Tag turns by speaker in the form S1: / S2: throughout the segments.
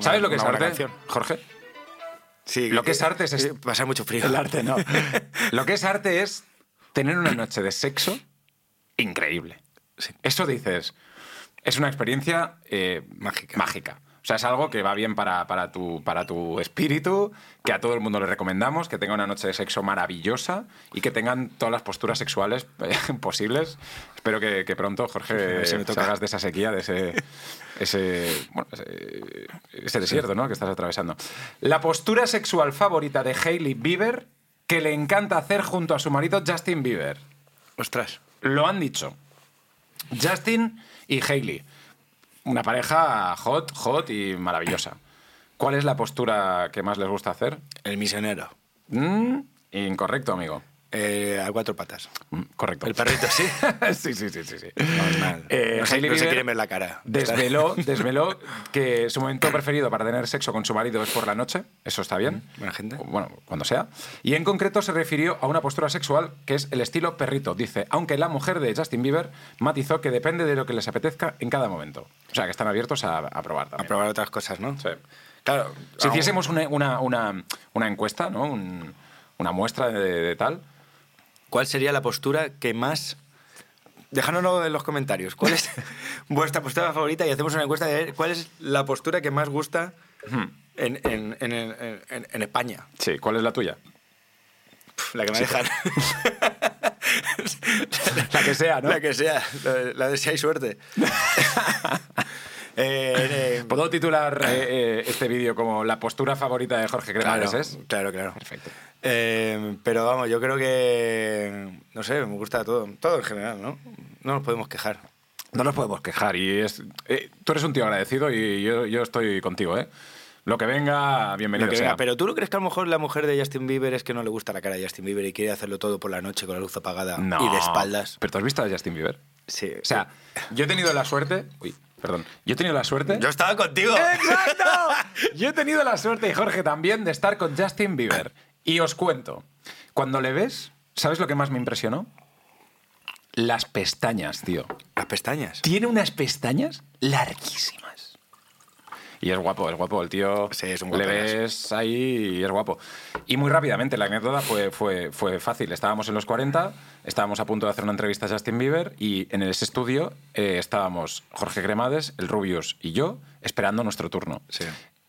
S1: ¿Sabes lo que es
S2: una buena
S1: arte?
S2: canción.
S1: Jorge.
S2: Sí,
S1: Lo que es arte es
S2: eh,
S1: es-
S2: Pasar mucho frío.
S3: El arte no.
S1: Lo que es arte es tener una noche de sexo increíble. Eso dices, es una experiencia eh,
S2: Mágica.
S1: mágica. O sea, es algo que va bien para, para tu, para tu espíritu, que a todo el mundo le recomendamos, que tenga una noche de sexo maravillosa y que tengan todas las posturas sexuales eh, posibles. Espero que, que pronto, Jorge,
S3: Si me toca.
S1: salgas de esa sequía, de ese, ese, bueno, ese- ese desierto ¿no? que estás atravesando. La postura sexual favorita de Hailey Bieber que le encanta hacer junto a su marido Justin Bieber.
S2: Ostras.
S1: Lo han dicho. Justin y Hailey. Una pareja hot, hot y maravillosa. ¿Cuál es la postura que más les gusta hacer?
S2: El misionero.
S1: Mm, incorrecto, amigo.
S2: Eh, a cuatro patas.
S1: Mm, correcto.
S2: El perrito, sí.
S1: sí, sí, sí, sí. sí.
S2: Normal.
S1: Eh,
S2: no, se,
S1: Hailey
S2: no se
S1: Bieber
S2: quieren ver la cara.
S1: Desveló, desveló que su momento preferido para tener sexo con su marido es por la noche. Eso está bien.
S2: Mm, buena gente.
S1: O, Bueno, cuando sea. Y en concreto se refirió a una postura sexual que es el estilo perrito. Dice, aunque la mujer de Justin Bieber matizó que depende de lo que les apetezca en cada momento. O sea, que están abiertos a, a probar
S2: A Ah,
S1: también.
S2: probar otras cosas, ¿no?
S1: Sí.
S2: Claro.
S1: Si
S2: aún-
S1: hiciésemos una, una- una- una encuesta, ¿no? Un- una muestra de, de tal.
S2: ¿Cuál sería la postura que más... Dejárnoslo en los comentarios. ¿Cuál es vuestra postura favorita? Y hacemos una encuesta de ver cuál es la postura que más gusta en, en- en- en- en- en España.
S1: Sí, ¿cuál es la tuya?
S2: Pf, La que me dejan.
S1: La que sea, ¿no?
S2: La que sea. La, la de si hay suerte. Eh, eh,
S1: ¿Puedo titular eh, eh, este vídeo como la postura favorita de Jorge Cremades
S2: claro,
S1: es?
S2: claro, claro.
S1: Perfecto.
S2: Eh, pero vamos, yo creo que... No sé, me gusta todo. Todo en general, ¿no? No nos podemos quejar.
S1: No nos podemos quejar y es... eh, tú eres un tío agradecido y yo, yo estoy contigo, ¿eh? Lo que venga, bienvenido
S2: Lo que
S1: sea.
S2: venga, pero tú no crees que a lo mejor la mujer de Justin Bieber es que no le gusta la cara de Justin Bieber y quiere hacerlo todo por la noche con la luz apagada
S1: No.
S2: y de espaldas.
S1: ¿Pero tú has visto a Justin Bieber?
S2: Sí.
S1: O sea, yo he tenido la suerte... Uy, perdón. Yo he tenido la suerte...
S2: yo estaba contigo.
S1: ¡Exacto! Yo he tenido la suerte, y Jorge también, de estar con Justin Bieber. Y os cuento, cuando le ves, ¿sabes lo que más me impresionó? Las pestañas, tío.
S2: Las pestañas.
S1: Tiene unas pestañas larguísimas. Y es guapo, es guapo el tío.
S2: Sí, es un
S1: Le
S2: guaperas.
S1: ves ahí y es guapo. Y muy rápidamente, la anécdota fue, fue, fue fácil. Estábamos en los 40, estábamos a punto de hacer una entrevista a Justin Bieber y en ese estudio eh, estábamos Jorge Cremades, el Rubius y yo esperando nuestro turno.
S2: Sí.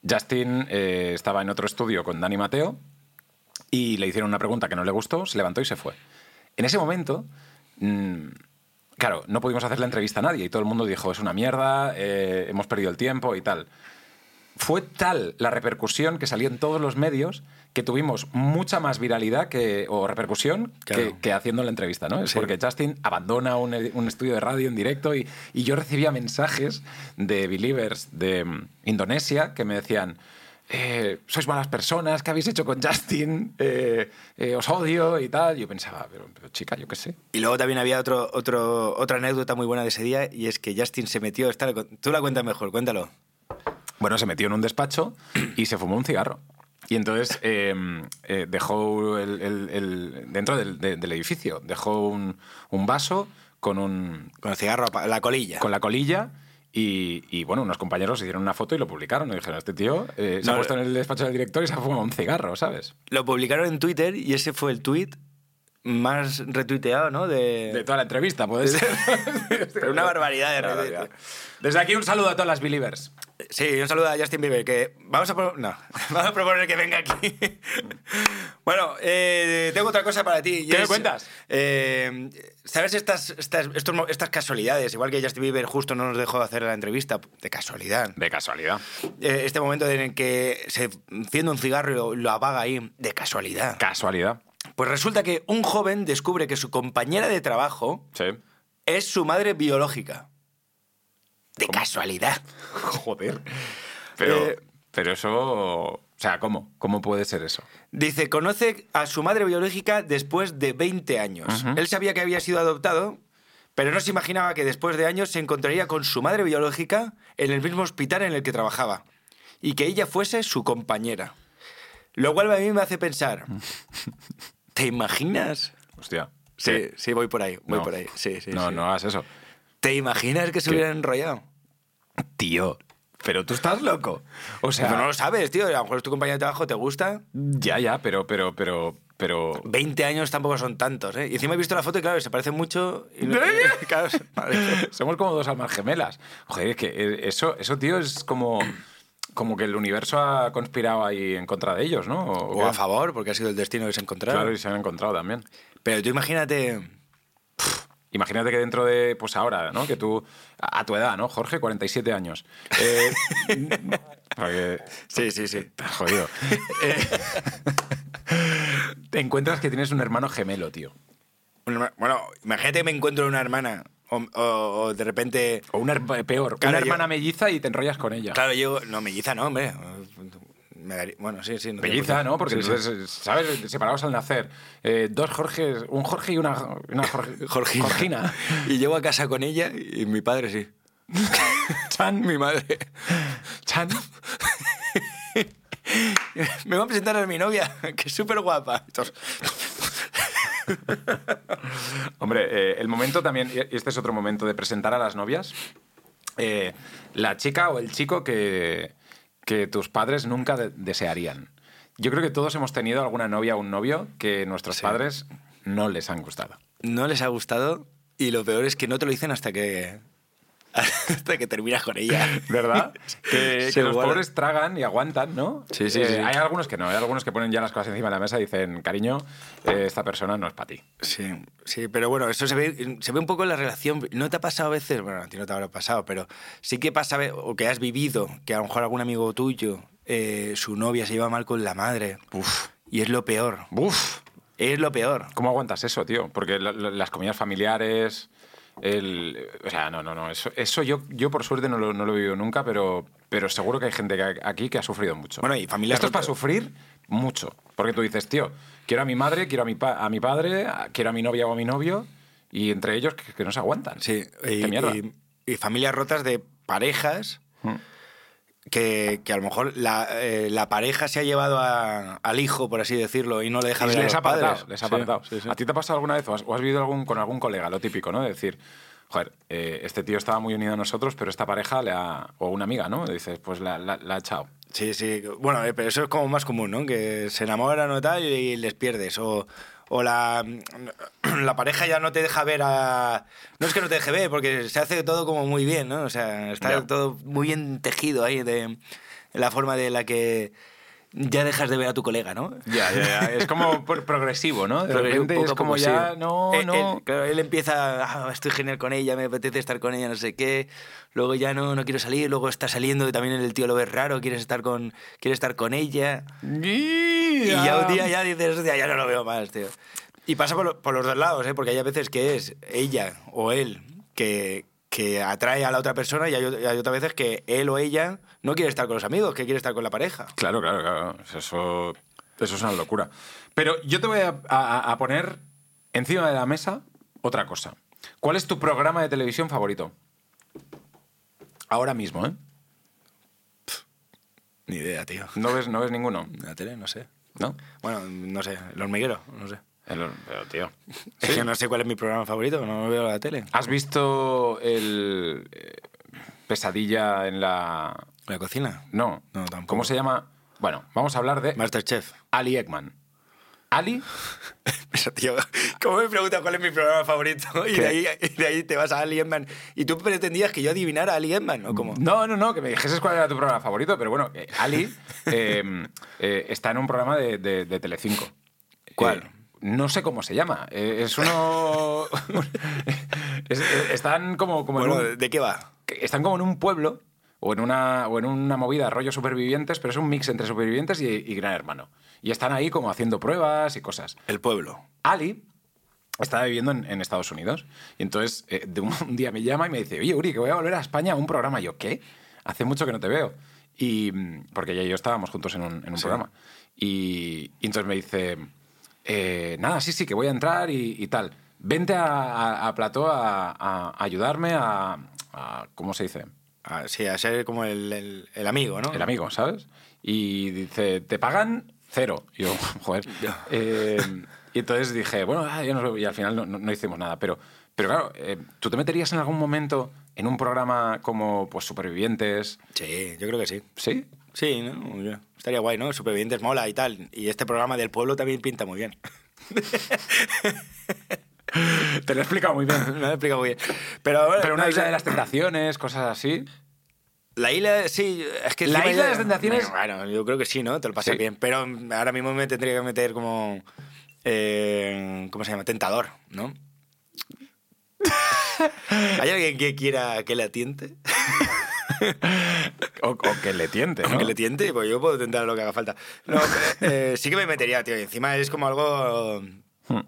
S1: Justin eh, estaba en otro estudio con Dani Mateo y le hicieron una pregunta que no le gustó, se levantó y se fue. En ese momento, mm, claro, no pudimos hacer la entrevista a nadie y todo el mundo dijo, es una mierda, eh, hemos perdido el tiempo y tal. Fue tal la repercusión que salió en todos los medios que tuvimos mucha más viralidad que, o repercusión
S2: Claro.
S1: que, que haciendo la entrevista, ¿no? Es
S2: Sí.
S1: porque Justin abandona un, ed- un estudio de radio en directo y, y yo recibía mensajes de believers de mm, Indonesia que me decían, eh, sois malas personas, ¿qué habéis hecho con Justin? Eh, eh, os odio y tal. Yo pensaba, pero, pero chica, yo qué sé.
S2: Y luego también había otro, otro, otra anécdota muy buena de ese día y es que Justin se metió. esta la cu- tú la cuentas mejor, cuéntalo.
S1: Bueno, se metió en un despacho y se fumó un cigarro. Y entonces eh, eh, dejó el, el- el- dentro del, de- del edificio, dejó un, un vaso con, un,
S2: Con el cigarro, apa- la colilla.
S1: con la colilla. Y, y, bueno, unos compañeros hicieron una foto y lo publicaron. Y dijeron, este tío eh, se
S2: No,
S1: ha puesto en el despacho del director y se ha fumado un cigarro, ¿sabes?
S2: Lo publicaron en Twitter y ese fue el tweet más retuiteado, ¿no? De,
S1: De toda la entrevista, puede ser.
S2: Pero una barbaridad de
S1: Una
S2: redes.
S1: barbaridad. Desde aquí un saludo a todas las believers.
S2: Sí, un saludo a Justin Bieber, que vamos a, pro- no, vamos a proponer que venga aquí. bueno, eh, tengo otra cosa para ti. y
S1: ¿Qué me cuentas?
S2: eh, ¿Sabes estas, estas, estos mo- estas casualidades? Igual que Justin Bieber justo no nos dejó hacer la entrevista, de casualidad.
S1: De casualidad.
S2: Eh, este momento en el que se enciende un cigarro y lo, lo apaga ahí, de casualidad.
S1: Casualidad.
S2: Pues resulta que un joven descubre que su compañera de trabajo
S1: Sí.
S2: es su madre biológica. De casualidad.
S1: Joder. Pero,
S2: Eh,
S1: pero eso. O sea, ¿cómo? ¿Cómo puede ser eso?
S2: Dice, conoce a su madre biológica después de 20 años. Él sabía que había sido adoptado, pero no se imaginaba que después de años se encontraría con su madre biológica en el mismo hospital en el que trabajaba y que ella fuese su compañera. Lo cual a mí me hace pensar, ¿te imaginas?
S1: Hostia.
S2: Sí, sí, voy por ahí, voy
S1: No.
S2: por ahí. Sí, sí,
S1: no,
S2: sí.
S1: no hagas eso.
S2: ¿Te imaginas que se
S1: ¿Qué?
S2: hubieran enrollado?
S1: Tío.
S2: Pero tú estás loco.
S1: O
S2: O
S1: sea-
S2: sea, no lo sabes, tío. A lo mejor es tu compañero de trabajo, te gusta.
S1: Ya, ya, pero, pero, pero, pero.
S2: 20 años tampoco son tantos, ¿eh? Y encima he visto la foto y, claro, se parece mucho. Y no- claro, madre.
S1: Somos como dos almas gemelas. Joder, es que eh, eso, eso, tío, es como, como que el universo ha conspirado ahí en contra de ellos, ¿no? ¿O
S2: O
S1: qué?
S2: a favor, porque ha sido el destino que se encontraron.
S1: Claro, y se han encontrado también.
S2: Pero tú imagínate.
S1: Imagínate que dentro de, pues ahora, ¿no? Que tú, a a tu edad, ¿no? Jorge, 47 años. Eh, porque-
S2: Sí, sí, sí.
S1: Te has jodido. Eh, te encuentras que tienes un hermano gemelo, tío.
S2: Un herma- Bueno, imagínate que me encuentro una hermana. O, o- o de repente.
S1: O una her- peor,
S2: Claro,
S1: una
S2: yo-
S1: hermana melliza y te enrollas con ella.
S2: Claro, yo. No, melliza no, hombre. Me daría- Bueno, sí, sí. no tiene por
S1: Melliza,
S2: qué.
S1: ¿no? Porque
S2: Sí, sí.
S1: entonces, eh, ¿sabes? Separados al nacer. Eh, dos Jorges, un Jorge y una, una Jorge-
S2: Jorgina.
S1: Jorgina.
S2: Y llego a casa con ella y mi padre sí.
S1: Chan,
S2: Mi madre.
S1: Chan.
S2: Me va a presentar a mi novia, que es súper guapa.
S1: Hombre, eh, el momento también, y este es otro momento de presentar a las novias, eh, la chica o el chico que, que tus padres nunca de- desearían. Yo creo que todos hemos tenido alguna novia o un novio que nuestros
S2: Sí.
S1: padres no les han gustado.
S2: No les ha gustado y lo peor es que no te lo dicen hasta que. hasta que terminas con ella.
S1: ¿Verdad? Que,
S2: Se
S1: que los
S2: guarda.
S1: pobres tragan y aguantan, ¿no? Eh,
S2: Sí, sí, sí.
S1: Hay algunos que no, hay algunos que ponen ya las cosas encima de la mesa y dicen, cariño, eh, esta persona no es para ti.
S2: Sí, sí, pero bueno, eso se ve, se ve un poco en la relación. ¿No te ha pasado a veces? Bueno, a ti no te habrá pasado, pero sí que pasa, a ve- o que has vivido, que a lo mejor algún amigo tuyo, eh, su novia se lleva mal con la madre. Y es lo peor.
S1: Uf,
S2: Es lo peor.
S1: ¿cómo aguantas eso, tío? Porque la- la- las comidas familiares, el... O sea, no, no, no, eso, eso yo, yo por suerte no lo, no lo he vivido nunca, pero, pero seguro que hay gente que ha- aquí que ha sufrido mucho.
S2: Bueno, y familias
S1: Esto es para
S2: rotas.
S1: sufrir mucho, porque tú dices, tío, quiero a mi madre, quiero a mi, pa- a mi padre, a- quiero a mi novia o a mi novio, y entre ellos que, que no se aguantan.
S2: Sí,
S1: Qué
S2: y,
S1: mierda. Mm.
S2: y- y familias rotas de parejas que, que a lo mejor la, eh, la pareja se ha llevado a- al hijo, por así decirlo, y no le deja
S1: Y
S2: ver a
S1: les
S2: los
S1: ha apartado,
S2: padres.
S1: les
S2: Sí,
S1: ha apartado.
S2: sí, sí.
S1: ¿A ti te ha pasado alguna vez o has, o has vivido algún, con algún colega, lo típico, ¿no? De decir, joder, eh, este tío estaba muy unido a nosotros, pero esta pareja le ha... o una amiga, ¿no? Dices, pues la, la, la ha echado.
S2: Sí, sí. Bueno, eh, pero eso es como más común, ¿no? Que se enamoran o tal y les pierdes. O, o la, la pareja ya no te deja ver a... No es que no te deje ver, porque se hace todo como muy bien, ¿no? O sea, está
S1: Ya.
S2: todo muy bien tejido ahí de la forma de la que ya dejas de ver a tu colega, ¿no?
S1: Ya, ya, ya. Es como por- progresivo, ¿no? De
S2: Pero que
S1: repente
S2: poco
S1: es
S2: a
S1: como
S2: poco
S1: ya,
S2: sí.
S1: no,
S2: Él-
S1: no.
S2: él- Eh, claro, él empieza, "Ah, estoy genial con ella, me apetece estar con ella, no sé qué. Luego ya no, no quiero salir, luego está saliendo y también el tío lo ve raro, quieres estar con, quieres estar con ella. Y
S1: Y
S2: ya un día ya dices, "Hostia, ya no lo veo más, tío. Y pasa por, lo- por los dos lados, ¿eh? porque hay a veces que es ella o él que, que atrae a la otra persona y hay, o- y hay otras veces que él o ella no quiere estar con los amigos, que quiere estar con la pareja.
S1: Claro, claro, claro. Eso, eso es una locura. Pero yo te voy a, a- a poner encima de la mesa otra cosa. ¿Cuál es tu programa de televisión favorito? Ahora mismo, ¿eh?
S2: Ni idea, tío.
S1: No ves, no ves ninguno,
S2: La tele, no sé.
S1: ¿no?
S2: Bueno, no sé, el hormiguero, no sé.
S1: El- pero, tío.
S2: Es que no sé cuál es mi programa favorito, no veo la tele.
S1: ¿Has visto el eh, Pesadilla en la.
S2: ¿La cocina?
S1: No.
S2: No, tampoco.
S1: ¿Cómo se llama? Bueno, vamos a hablar de
S2: Masterchef.
S1: Ali Ekman. Ali,
S2: Pero, tío, ¿cómo me preguntas cuál es mi programa favorito? Y
S1: ¿Qué?
S2: de, ahí, y de ahí te vas a Ali Edman. ¿Y tú pretendías que yo adivinara a Ali Edman o cómo?
S1: No, no, no, que me dijeses cuál era tu programa favorito, pero bueno, eh, Ali eh, eh, está en un programa de, de, de Telecinco.
S2: ¿Cuál?
S1: Eh, no sé cómo se llama. eh, es uno. es- eh, están como, como en
S2: Bueno,
S1: un-
S2: ¿de qué va?
S1: que están como en un pueblo o en una, o en una movida rollo supervivientes, pero es un mix entre supervivientes y, y Gran Hermano. Y están ahí como haciendo pruebas y cosas.
S2: El pueblo.
S1: Ali estaba viviendo en, en Estados Unidos. Y entonces, eh, de un, un día me llama y me dice, oye, Uri, que voy a volver a España a un programa. Y yo, ¿qué? Hace mucho que no te veo. Y, mm, porque ella y yo estábamos juntos en un, en un
S2: Sí.
S1: programa. Y, y entonces me dice, "Eh, nada, sí, sí, que voy a entrar y, y tal. Vente a, a- a Plató a, a ayudarme a, a- ¿Cómo se dice?
S2: Ah, sí, a ser como el, el- el amigo, ¿no?
S1: El amigo, ¿sabes? Y dice, te pagan cero. Y yo, joder.
S2: Ya.
S1: Eh, y entonces dije, bueno, ah, ya no- y al final no, no- no hicimos nada. Pero, pero claro, eh, ¿tú te meterías en algún momento en un programa como pues, Supervivientes.
S2: Sí, yo creo que sí.
S1: ¿Sí?
S2: Sí, ¿no? Ya. estaría guay, ¿no? Supervivientes mola y tal. Y este programa del pueblo también pinta muy bien.
S1: Te lo he explicado muy bien.
S2: no lo he explicado muy bien. Pero, bueno,
S1: Pero una
S2: no,
S1: isla
S2: o sea,
S1: de las tentaciones, cosas así.
S2: La isla, sí, es que...
S1: La
S2: encima
S1: isla de las tentaciones-
S2: Bueno, bueno, yo creo que sí, ¿no? Te lo pasas
S1: Sí.
S2: bien. Pero ahora mismo me tendría que meter como... eh, ¿Cómo se llama? Tentador, ¿no? ¿Hay alguien que quiera que le tiente?
S1: O, o que le tiente, ¿no?
S2: Aunque le tiente, pues yo puedo tentar lo que haga falta. No, eh, sí que me metería, tío. Y encima es como algo.
S1: Hmm.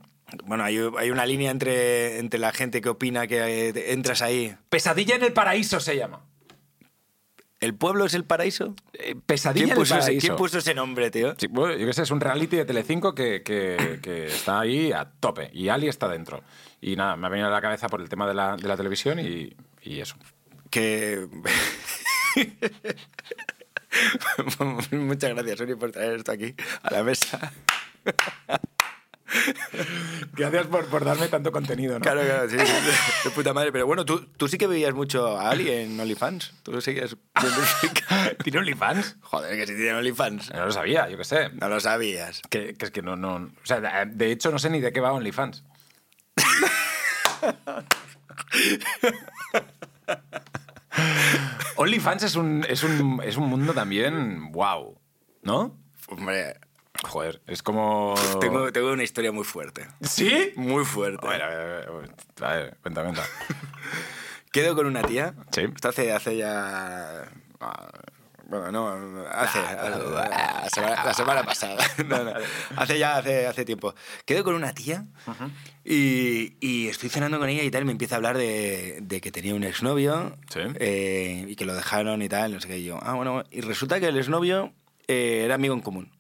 S2: Bueno, hay, hay una línea entre, entre la gente que opina que eh, entras ahí.
S1: Pesadilla en el paraíso se llama.
S2: ¿El pueblo es el paraíso?
S1: Eh, pesadilla en el
S2: ¿Quién puso, ese,
S1: paraíso.
S2: quién puso ese nombre, tío?
S1: Sí, bueno, yo qué sé, es un reality de Telecinco que, que, que está ahí a tope y Ali está dentro. Y nada, me ha venido a la cabeza por el tema de la, de la televisión y, y eso.
S2: Que. Muchas gracias, Uri, por traer esto aquí a la mesa.
S1: Gracias por, darme tanto contenido,
S2: Claro, claro, sí, sí, de puta madre. Pero bueno, tú, tú sí que veías mucho a Ali en OnlyFans. Tú lo seguías.
S1: ¿Tiene OnlyFans?
S2: Joder, que sí tiene OnlyFans.
S1: No lo sabía, yo qué sé.
S2: No lo sabías.
S1: Que, que es que no, no... O sea, de hecho no sé ni de qué va OnlyFans. OnlyFans es un, es, un, es un mundo también wow, ¿no?
S2: Hombre,
S1: Joder, es como...
S2: tengo, tengo una historia muy fuerte.
S1: ¿Sí?
S2: Muy fuerte.
S1: A ver, a ver, a ver, a ver, cuenta, cuenta.
S2: Quedo con una tía.
S1: Sí.
S2: Esto hace, hace ya. ah, Bueno, no, hace.
S1: Ah,
S2: la, semana, la semana pasada. No, no, hace ya, hace, hace tiempo. Quedo con una tía y, y estoy cenando con ella y tal. Y me empieza a hablar de, de que tenía un exnovio
S1: Sí.
S2: eh, y que lo dejaron y tal. No sé qué. Y yo, ah, bueno. Y resulta que el exnovio eh, era amigo en común.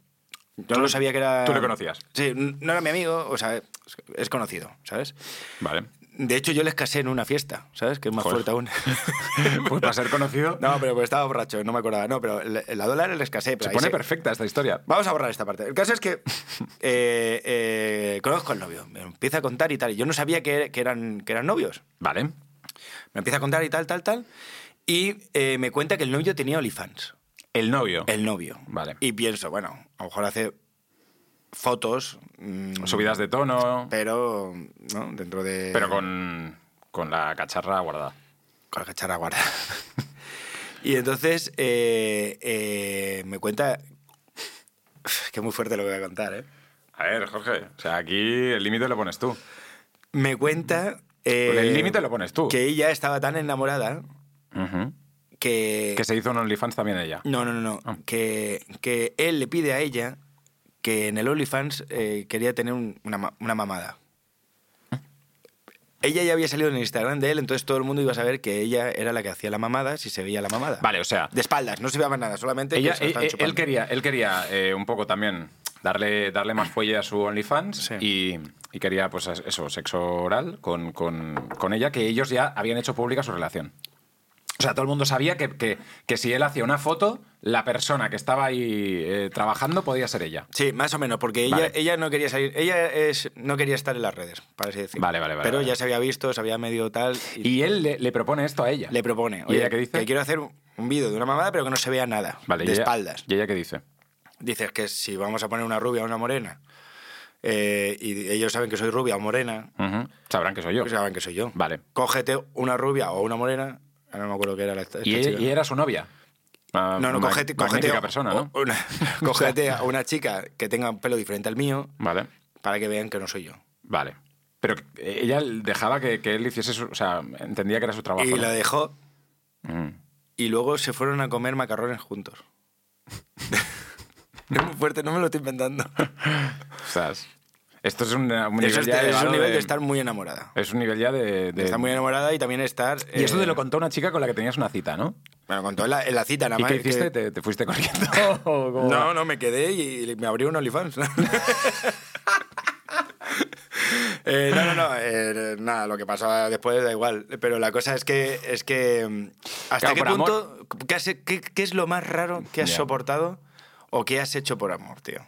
S2: Yo no sabía que era.
S1: tú le conocías?
S2: Sí, n- no era mi amigo, o sea, es- es conocido, ¿sabes?
S1: Vale.
S2: De hecho, yo les casé en una fiesta, ¿sabes? Que es más
S1: Joder.
S2: fuerte aún.
S1: Pues para ser conocido...
S2: no, pero pues estaba borracho, no me acordaba. No, pero le- la dólar les casé. Pero
S1: se
S2: ahí
S1: pone
S2: se-
S1: perfecta esta historia.
S2: Vamos a borrar esta parte. El caso es que eh, eh, conozco al novio, me empieza a contar y tal. y Yo no sabía que, que eran, que eran novios.
S1: Vale.
S2: Me empieza a contar y tal, tal, tal. Y eh, me cuenta que el novio tenía olifans.
S1: El novio.
S2: El novio.
S1: Vale.
S2: Y pienso, bueno, a lo mejor hace fotos, mm,
S1: Subidas de tono,
S2: pero ¿no? dentro de...
S1: pero con, con la cacharra guardada.
S2: con la cacharra guardada. y entonces eh, eh, me cuenta. Uf, Que es muy fuerte lo que voy a contar, ¿eh?
S1: A ver, Jorge, o sea, aquí el límite lo pones tú.
S2: Me cuenta. eh,
S1: Porque Pues el límite lo pones tú.
S2: Que ella estaba tan enamorada
S1: Ujú.
S2: que.
S1: Que se hizo un OnlyFans también ella.
S2: No, no, no. no.
S1: Ah.
S2: Que, que él le pide a ella que en el OnlyFans eh, quería tener un- una, ma- una mamada.
S1: Ah.
S2: Ella ya había salido en el Instagram de él, entonces todo el mundo iba a saber que ella era la que hacía la mamada si se veía la mamada.
S1: Vale, o sea,
S2: De espaldas, no se veía más nada, solamente. que
S1: ella, eh,
S2: se la estaban
S1: él- él
S2: chupando.
S1: quería, él quería eh, un poco también darle, darle más fuelle a su OnlyFans
S2: Sí.
S1: y, y quería, pues eso, sexo oral con, con- con ella, que ellos ya habían hecho pública su relación. O sea, todo el mundo sabía que, que- que si él hacía una foto, la persona que estaba ahí eh, trabajando podía ser ella.
S2: Sí, más o menos, porque ella,
S1: Vale.
S2: ella no quería salir, ella es, no quería estar en las redes, para así decirlo.
S1: Vale, vale, vale,
S2: Pero
S1: vale.
S2: ya se había visto, se había medio tal, y,
S1: Y él le, le propone esto a ella.
S2: le propone,
S1: ¿Y
S2: oye,
S1: ella qué dice?
S2: que quiero hacer un vídeo de una mamada, pero que no se vea nada,
S1: Vale,
S2: de
S1: y ella-
S2: espaldas.
S1: ¿Y ella qué dice?
S2: Dices que si vamos a poner una rubia o una morena, eh, y ellos saben que soy rubia o morena,
S1: Ujú. Sabrán que soy yo.
S2: pues saben que soy yo.
S1: Vale.
S2: Cógete una rubia o una morena, ahora no me acuerdo qué era la esta-
S1: y,
S2: esta
S1: e-
S2: chica.
S1: y era su novia. Una
S2: este No, no,
S1: ma-
S2: cógete,
S1: magnífica
S2: cógete, a-
S1: persona, ¿no?
S2: o- una- cógete a una chica que tenga un pelo diferente al mío
S1: Vale,
S2: para que vean que no soy yo.
S1: vale. Pero que- ella dejaba que, que él hiciese su... O sea, entendía que era su trabajo.
S2: Y
S1: ¿no?
S2: la dejó
S1: Mm.
S2: y luego se fueron a comer macarrones juntos. es muy fuerte, no me lo estoy inventando.
S1: Ostras. Esto es un, un nivel
S2: Eso es,
S1: ya
S2: es
S1: elevado
S2: un nivel de estar muy enamorada.
S1: Es un nivel ya de... de-
S2: De estar muy enamorada y también estar...
S1: Y eso
S2: eh,
S1: te lo contó una chica con la que tenías una cita, ¿no?
S2: Me lo contó en la, en la cita nada
S1: ¿Y
S2: más.
S1: qué
S2: que-
S1: hiciste? ¿Te, te fuiste corriendo? ¿O cómo va?
S2: No, no, me quedé y y me abrió un OnlyFans. Eh, no, no, no. eh, nada, lo que pasaba después da igual. Pero la cosa es que. Es que mm, ¿Hasta
S1: Claro,
S2: qué
S1: por
S2: punto.? ¿qué, has- qué- qué es lo más raro que has
S1: Ya.
S2: soportado o que has hecho por amor, tío?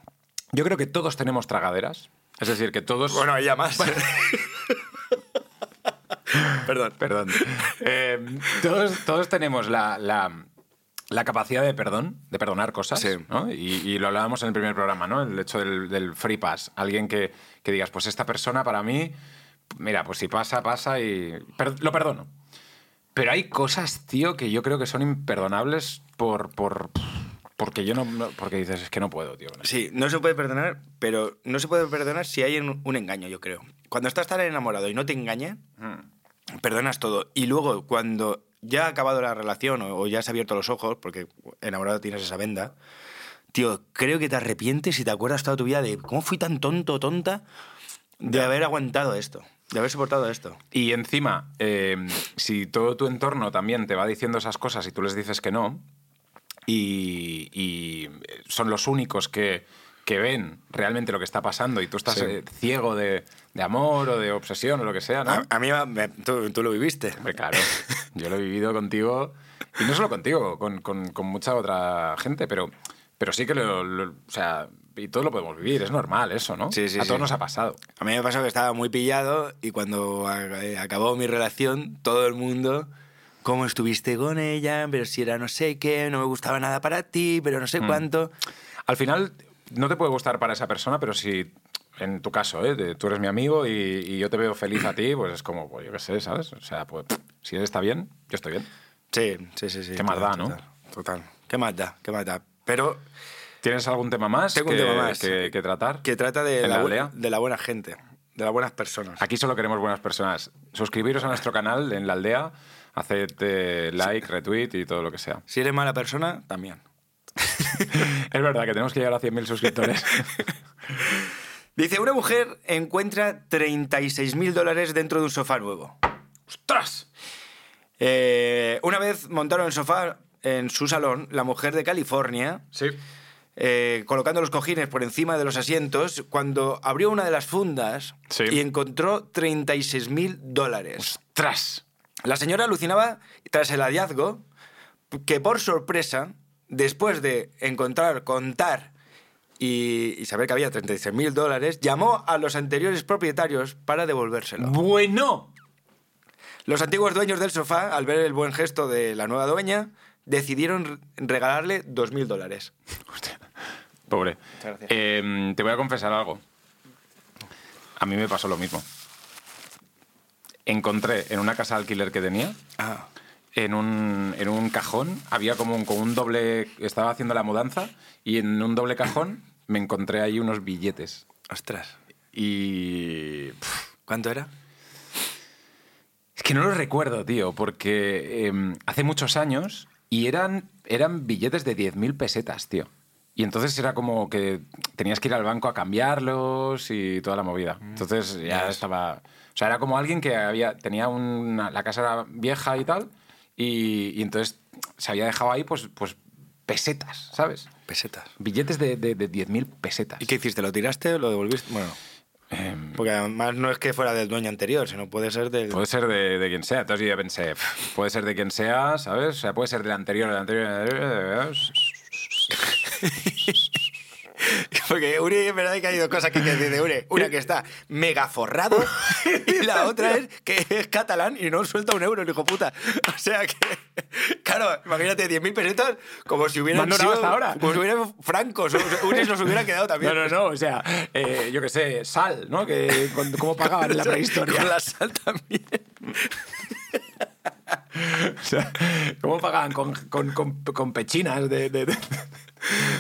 S1: Yo creo que todos tenemos tragaderas. Es decir, que todos...
S2: Bueno, ella más. Perdón.
S1: Perdón. Eh, todos, todos tenemos la, la, la capacidad de perdón, de perdonar cosas.
S2: Sí.
S1: ¿no? Y, y lo hablábamos en el primer programa, ¿no? El hecho del, del free pass. Alguien que, que digas, pues esta persona para mí, mira, pues si pasa, pasa y per- lo perdono. Pero hay cosas, tío, que yo creo que son imperdonables por. por porque yo no, no- Porque dices, es que no puedo, tío. con esto".
S2: Sí, no se puede perdonar, pero no se puede perdonar si hay un, un engaño, yo creo. Cuando estás tan enamorado y no te engaña, perdonas todo. Y luego, cuando ya ha acabado la relación o, o ya has abierto los ojos, porque enamorado tienes esa venda, tío, creo que te arrepientes y te acuerdas toda tu vida de cómo fui tan tonto o tonta de haber aguantado esto, de haber soportado esto.
S1: Y encima, eh, si todo tu entorno también te va diciendo esas cosas y tú les dices que no, y, y eh, son los únicos que, que ven realmente lo que está pasando y tú estás
S2: Sí.
S1: eh, ciego de, de amor o de obsesión o lo que sea, ¿no?
S2: A, a mí me- me- tú, tú lo viviste.
S1: Hombre, claro, yo lo he vivido contigo, y no solo contigo, con, con- con mucha otra gente, pero, pero sí que lo, lo- O sea, y todos lo podemos vivir, es normal eso, ¿no?
S2: Sí, sí,
S1: A todos
S2: sí.
S1: nos ha pasado.
S2: A mí me pasó que estaba muy pillado y cuando a- eh, acabó mi relación, todo el mundo, ¿cómo estuviste con ella? Pero si era no sé qué, no me gustaba nada para ti, pero no sé
S1: Hmm.
S2: cuánto.
S1: Al final, no te puede gustar para esa persona, pero si, en tu caso, ¿eh? De- tú eres mi amigo y, y yo te veo feliz a ti, pues es como, pues yo qué sé, ¿sabes? O sea, pues pff, si él está bien, yo estoy bien.
S2: Sí, sí, sí. sí
S1: Qué más da, ¿no?
S2: Total, total. Qué más da, qué más da. Pero
S1: ¿Tienes algún tema más,
S2: tengo
S1: que,
S2: un tema más
S1: que- que tratar?
S2: que trata de
S1: en
S2: la,
S1: la
S2: bu-
S1: aldea?
S2: de la buena gente, de las buenas personas.
S1: Aquí solo queremos buenas personas. Suscribiros a nuestro canal en la aldea, haced eh, like, retweet y todo lo que sea.
S2: Si eres mala persona, también.
S1: Es verdad que tenemos que llegar a 100.000 suscriptores.
S2: Dice, una mujer encuentra 36 mil dólares dentro de un sofá nuevo.
S1: ¡Ostras!
S2: Eh, una vez montaron el sofá en su salón, la mujer de California,
S1: Sí.
S2: eh, colocando los cojines por encima de los asientos, cuando abrió una de las fundas
S1: Sí.
S2: y encontró 36 mil dólares.
S1: ¡Ostras!
S2: La señora alucinaba tras el hallazgo que, por sorpresa, después de encontrar, contar y, y saber que había 36 mil dólares, llamó a los anteriores propietarios para devolvérselo.
S1: ¡Bueno!
S2: Los antiguos dueños del sofá, al ver el buen gesto de la nueva dueña, decidieron re- regalarle 2.000 dólares.
S1: Pobre.
S2: gracias.
S1: Eh, te voy a confesar algo. A mí me pasó lo mismo. Encontré en una casa de alquiler que tenía,
S2: Ah.
S1: en un, en un cajón, había como un, como un doble. Estaba haciendo la mudanza y en un doble cajón me encontré ahí unos billetes.
S2: Ostras.
S1: Y. pf,
S2: ¿Cuánto era?
S1: Es que no lo recuerdo, tío, porque em, hace muchos años y eran, eran billetes de 10.000 pesetas, tío. Y entonces era como que tenías que ir al banco a cambiarlos y toda la movida. Entonces ya
S2: ves.
S1: estaba... O sea, era como alguien que había, tenía una... La casa era vieja y tal, y, y entonces se había dejado ahí pues, pues pesetas, ¿sabes?
S2: Pesetas.
S1: Billetes de, de, de 10.000 pesetas.
S2: ¿Y qué hiciste? ¿Lo tiraste o lo devolviste? Bueno.
S1: Em, Pues-
S2: Porque además no es que fuera del dueño anterior, sino puede ser del...
S1: Puede ser de, de quien sea. Entonces yo ya pensé, "Pf, puede ser de quien sea, ¿sabes? O sea, puede ser del anterior, del anterior, del anterior.
S2: Porque Uri, es verdad que hay dos cosas que hay que decir de Uri. Una que está mega forrado y la otra es que es catalán y no suelta un euro, el hijo puta. O sea que, claro, imagínate 10.000 pesetas como si hubieran
S1: Más no
S2: sido...
S1: nada hasta ahora.
S2: Como si hubieran francos. o- o- Uri nos hubiera quedado también.
S1: No, no, no. O sea, eh, yo qué sé, sal, ¿no? Que, con- ¿Cómo pagaban en la prehistoria?
S2: Con la sal también.
S1: O sea, ¿Cómo pagaban con, con, con, con pechinas de... de, de-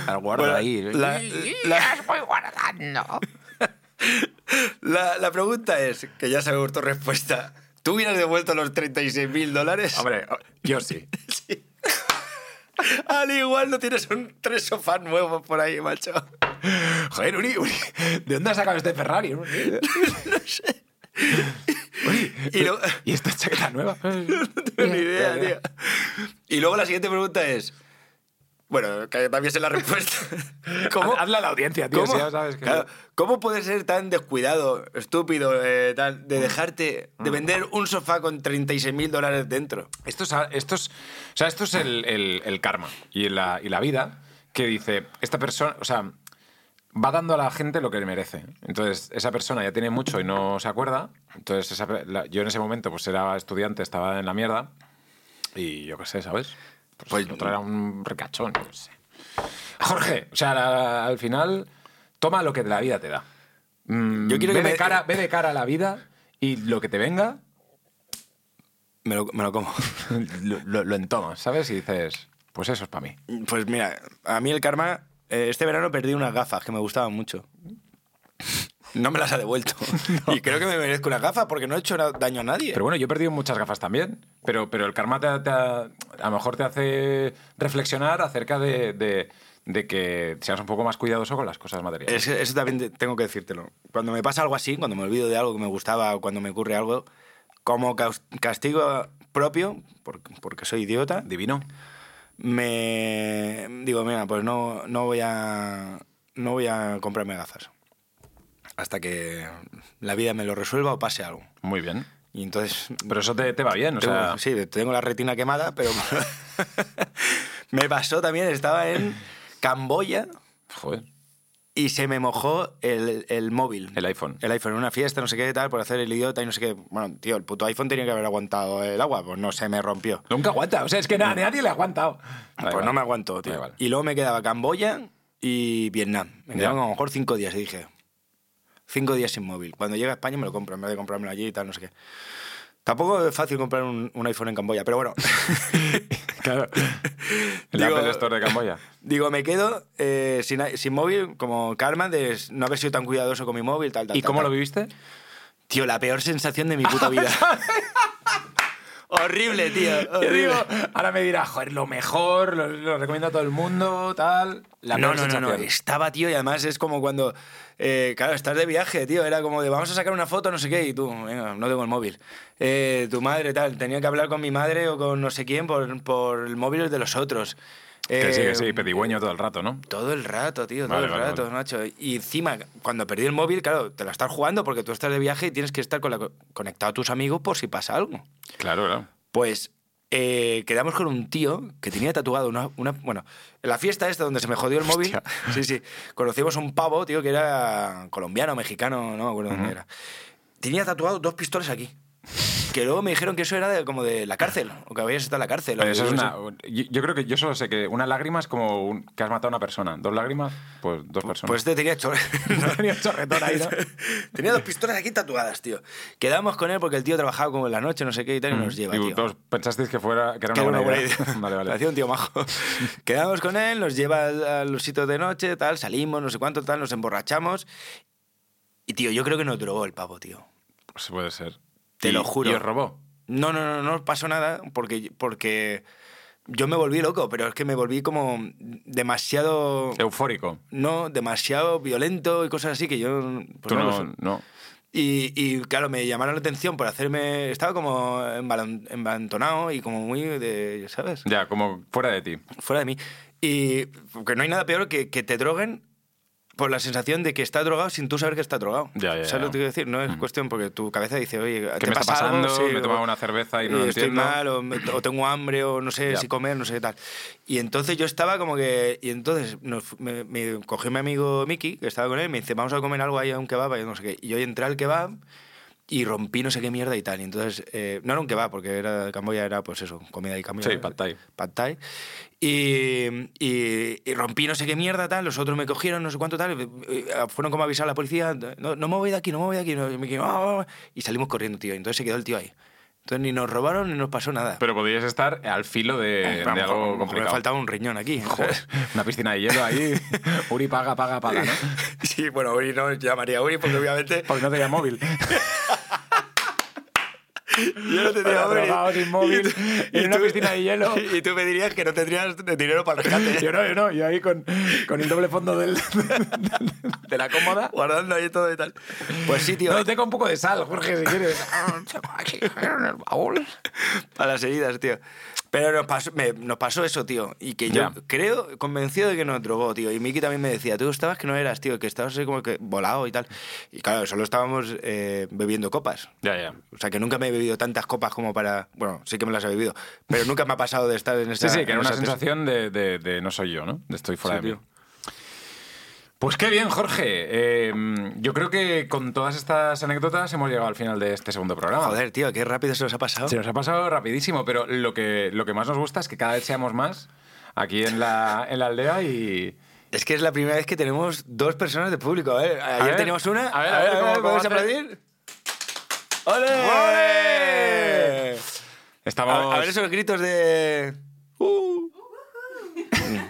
S1: Al guarda
S2: Bueno,
S1: ahí. eh.
S2: la- la-
S1: las voy guardando.
S2: La, la pregunta es, que ya sabemos tu respuesta. ¿Tú hubieras devuelto los 36.000 dólares?
S1: Hombre, yo sí.
S2: Al igual no tienes un tres sofás nuevos por ahí, macho.
S1: Joder, Uri, Uri, ¿de dónde has sacado este Ferrari? No sé.
S2: Y luego-
S1: ¿Y esta chaqueta nueva?
S2: no tengo ni idea, tío. Y luego la siguiente pregunta es... Bueno, que también sé la respuesta.
S1: Haz- hazla a la audiencia, Ah, tío, si ya sabes que-
S2: claro, ¿Cómo puedes ser tan descuidado, estúpido, eh, tal,
S1: Mm.
S2: de dejarte, de vender un sofá con 36.000 dólares dentro?
S1: Esto es, a- esto es- o sea, esto es el, el- el karma y la, y la vida que dice, esta persona, o sea, va dando a la gente lo que le merece. Entonces, esa persona ya tiene mucho y no se acuerda. Entonces, esa pe- la- yo en ese momento pues era estudiante, estaba en la mierda y yo qué sé, ¿sabes? Pues,
S2: Pues-
S1: el otro era un ricachón, yo qué sé. Jorge, o sea, la- al final toma lo que la vida te da. Mm,
S2: Yo quiero
S1: ve
S2: que
S1: de
S2: me-
S1: cara, ve de cara a la vida y lo que te venga
S2: Me lo, me lo como.
S1: lo, lo, lo entomas, ¿sabes? Y dices, pues eso es para mí.
S2: Pues mira, a mí el karma. eh, este verano perdí unas gafas que me gustaban mucho. No me las ha devuelto. Y creo que me merezco unas gafas porque no he hecho na- daño a nadie.
S1: Pero bueno, yo he perdido muchas gafas también, pero, pero el karma te, te- a lo mejor te hace reflexionar acerca de, de- de que seas un poco más cuidadoso con las cosas materiales.
S2: Es- eso también te- tengo que decírtelo. Cuando me pasa algo así, cuando me olvido de algo que me gustaba o cuando me ocurre algo, como caus- castigo propio, por- porque soy idiota,
S1: Divino.
S2: me digo, mira, pues no, no voy a no voy a comprarme gafas hasta que la vida me lo resuelva o pase algo.
S1: Muy bien.
S2: Y entonces
S1: Pero eso te, te va bien, o sea...
S2: tengo- sí, tengo la retina quemada, pero me pasó también, estaba en Camboya
S1: Joder,
S2: y se me mojó el, el móvil.
S1: el iPhone.
S2: El iPhone en una fiesta, no sé qué, tal, por hacer el idiota y no sé qué. Bueno, tío, el puto iPhone tenía que haber aguantado el agua, pues no, se me rompió.
S1: Nunca aguanta, o sea, es que na- nadie le ha aguantado. Da
S2: pues
S1: igual.
S2: no me aguantó, tío.
S1: Da igual.
S2: Y luego me quedaba Camboya y Vietnam. Me
S1: Ya.
S2: quedaban a lo mejor cinco días y dije, cinco días sin móvil. Cuando llegue a España me lo compro, en vez de comprármelo allí y tal, no sé qué. Tampoco es fácil comprar un, un iPhone en Camboya, pero bueno.
S1: Claro. El
S2: Digo-
S1: Apple Store de Camboya.
S2: Digo, me quedo eh, sin, sin móvil como karma de no haber sido tan cuidadoso con mi móvil, tal, tal.
S1: ¿Y
S2: tal,
S1: cómo
S2: tal.
S1: lo viviste?
S2: Tío, la peor sensación de mi puta vida. horrible, tío.
S1: Yo
S2: horrible.
S1: digo, ahora me dirá, joder, lo mejor, lo, lo recomiendo a todo el mundo, tal. La
S2: no,
S1: peor
S2: no, no, no.
S1: sensación.
S2: Estaba, tío, y además es como cuando. eh, claro, estás de viaje, tío. Era como de vamos a sacar una foto, no sé qué, y tú, venga, no tengo el móvil. Eh, tu madre, tal. Tenía que hablar con mi madre o con no sé quién por, por el móvil de los otros.
S1: Que sí,
S2: Eh,
S1: que sí, pedigüeño todo el rato, ¿no?
S2: Todo el rato, tío, todo
S1: Vale,
S2: el
S1: vale,
S2: rato,
S1: vale.
S2: macho. Y encima, cuando perdí el móvil, claro, te la estás jugando porque tú estás de viaje y tienes que estar con la- conectado a tus amigos por si pasa algo.
S1: Claro, claro.
S2: Pues eh, quedamos con un tío que tenía tatuado una, una- Bueno, en la fiesta esta donde se me jodió el móvil.
S1: Hostia.
S2: Sí, sí. Conocimos a un pavo, tío, que era colombiano, mexicano, no me acuerdo dónde era. Tenía tatuado dos pistolas aquí. Que luego me dijeron que eso era de- como de la cárcel, o que habías estado en la cárcel. o
S1: Pero eso
S2: yo
S1: es
S2: qué
S1: una.
S2: sé.
S1: Yo, yo creo que yo solo sé que una lágrima es como un- que has matado a una persona. Dos lágrimas, pues dos personas.
S2: Pues este tenía chor-
S1: Tenía un chorretón ahí, ¿no?
S2: Tenía dos pistolas aquí tatuadas, tío. Quedamos con él porque el tío trabajaba como en la noche, no sé qué, y tal, y nos lleva,
S1: Mm, y
S2: tío.
S1: todos pensasteis que, fuera, que era
S2: Que
S1: una buena,
S2: era una buena
S1: idea.
S2: idea.
S1: vale, vale.
S2: Me hacía un tío majo. Quedamos con él, nos lleva al- a los sitios de noche, tal, salimos, no sé cuánto, tal, nos emborrachamos. Y, tío, yo creo que nos drogó el pavo, tío.
S1: Pues puede ser.
S2: Te
S1: Y-
S2: lo juro.
S1: Y os robó.
S2: No, no, no, no pasó nada porque, porque yo me volví loco, pero es que me volví como demasiado...
S1: Eufórico.
S2: No, demasiado violento y cosas así que yo... pues
S1: Tú
S2: no lo
S1: no.
S2: soy.
S1: no.
S2: Y, y, claro, me llamaron la atención por hacerme. Estaba como embalon- embantonado y como muy de. ¿Sabes?
S1: Ya, como fuera de ti.
S2: Fuera de mí. Y porque no hay nada peor que, que te droguen por la sensación de que está drogado sin tú saber que está drogado.
S1: Ya, ya,
S2: ¿Sabes
S1: ya.
S2: lo que te quiero decir? No es cuestión porque tu cabeza dice, oye, ¿te
S1: ¿Qué me está
S2: pasa algo?
S1: pasando?
S2: Sí,
S1: me he
S2: o-
S1: tomado una cerveza y no lo
S2: Eh, estoy
S1: entiendo.
S2: mal o, me- o tengo hambre o no sé
S1: Ya.
S2: si comer, no sé qué tal. Y entonces yo estaba como que... Y entonces nos fu- me, me cogió mi amigo Miki, que estaba con él, y me dice, vamos a comer algo ahí a un kebab, ahí no sé qué. Y yo entré al kebab y rompí no sé qué mierda y tal. Y entonces, eh, no era un kebab, porque era de Camboya era pues eso, comida y Camboya.
S1: Sí, pad thai.
S2: Pad thai. Y, y- y rompí no sé qué mierda, tal, los otros me cogieron, no sé cuánto tal, y- y ah, fueron como a avisar a la policía, no, no me voy de aquí, no me voy de aquí, no, y, me quedé, "Ah, ah, ah", y salimos corriendo, tío, y entonces se quedó el tío ahí. Entonces ni nos robaron ni nos pasó nada.
S1: Pero podías estar al filo de,
S2: Eh, Vamos,
S1: de algo
S2: me
S1: complicado.
S2: faltaba un riñón aquí.
S1: Joder, una piscina de hielo ahí. Uri paga, paga, paga, ¿no?
S2: Sí, bueno, Uri no llamaría a Uri porque obviamente
S1: Porque no tenía móvil.
S2: yo no tendría
S1: Ahora
S2: Uri.
S1: drogado, sin móvil,
S2: y
S1: en una
S2: tú-
S1: piscina de hielo.
S2: Y tú me dirías que no tendrías dinero para el rescate.
S1: Yo no, yo no, yo ahí con, con el doble fondo del, de la cómoda.
S2: Guardando ahí todo y tal. Pues sí, tío. Ah,
S1: No, tengo un poco de sal, Jorge, si quieres. en el baúl.
S2: A las heridas, tío. Pero nos pasó, me- nos pasó eso, tío. Y que
S1: Ya.
S2: yo creo, convencido de que nos drogó, tío. Y Miki también me decía, tú estabas que no eras, tío, que estabas así como que volado y tal. Y claro, solo estábamos eh, bebiendo copas.
S1: Ya, ya.
S2: O sea, que nunca me he bebido tantas copas como para... Bueno, sí que me las he bebido, pero nunca me ha pasado de estar en
S1: Sí,
S2: esa...
S1: sí, que
S2: en
S1: era una
S2: esa-
S1: sensación de, de- de no soy yo, ¿no? De estoy fuera
S2: Sí,
S1: de mí.
S2: tío.
S1: Pues qué bien, Jorge. Eh, yo creo que con todas estas anécdotas hemos llegado al final de este segundo programa.
S2: Joder, tío, qué rápido se nos ha pasado.
S1: Se nos ha pasado rapidísimo, pero lo que, lo que más nos gusta es que cada vez seamos más aquí en la, en la aldea y...
S2: Es que es la primera vez que tenemos dos personas de público. A ver, ayer
S1: ver,
S2: teníamos una.
S1: a ver, a ver, ¿cómo- cómo
S2: ¿podemos
S1: hacer?
S2: aplaudir? ¡Ole!
S1: ¡Ole!
S2: A,
S1: Estamos...
S2: a ver esos gritos de. ¡Uh!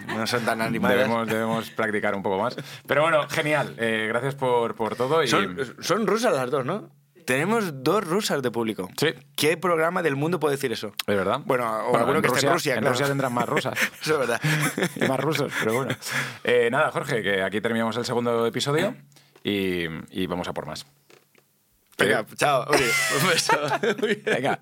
S2: No son tan animales.
S1: debemos, debemos practicar un poco más. Pero bueno, genial. Eh, gracias por, por todo y...
S2: Son, son rusas las dos, ¿no? Tenemos dos rusas de público.
S1: Sí.
S2: ¿Qué programa del mundo puede decir eso?
S1: ¿Es verdad?
S2: Bueno, o alguno
S1: en
S2: que
S1: Rusia,
S2: esté en Rusia.
S1: En
S2: claro.
S1: Rusia tendrán más rusas.
S2: eso es verdad.
S1: y más rusos, pero bueno. Eh, nada, Jorge, que aquí terminamos el segundo episodio y, y vamos a por más.
S2: Venga, chao. Uri, un beso.
S1: Venga.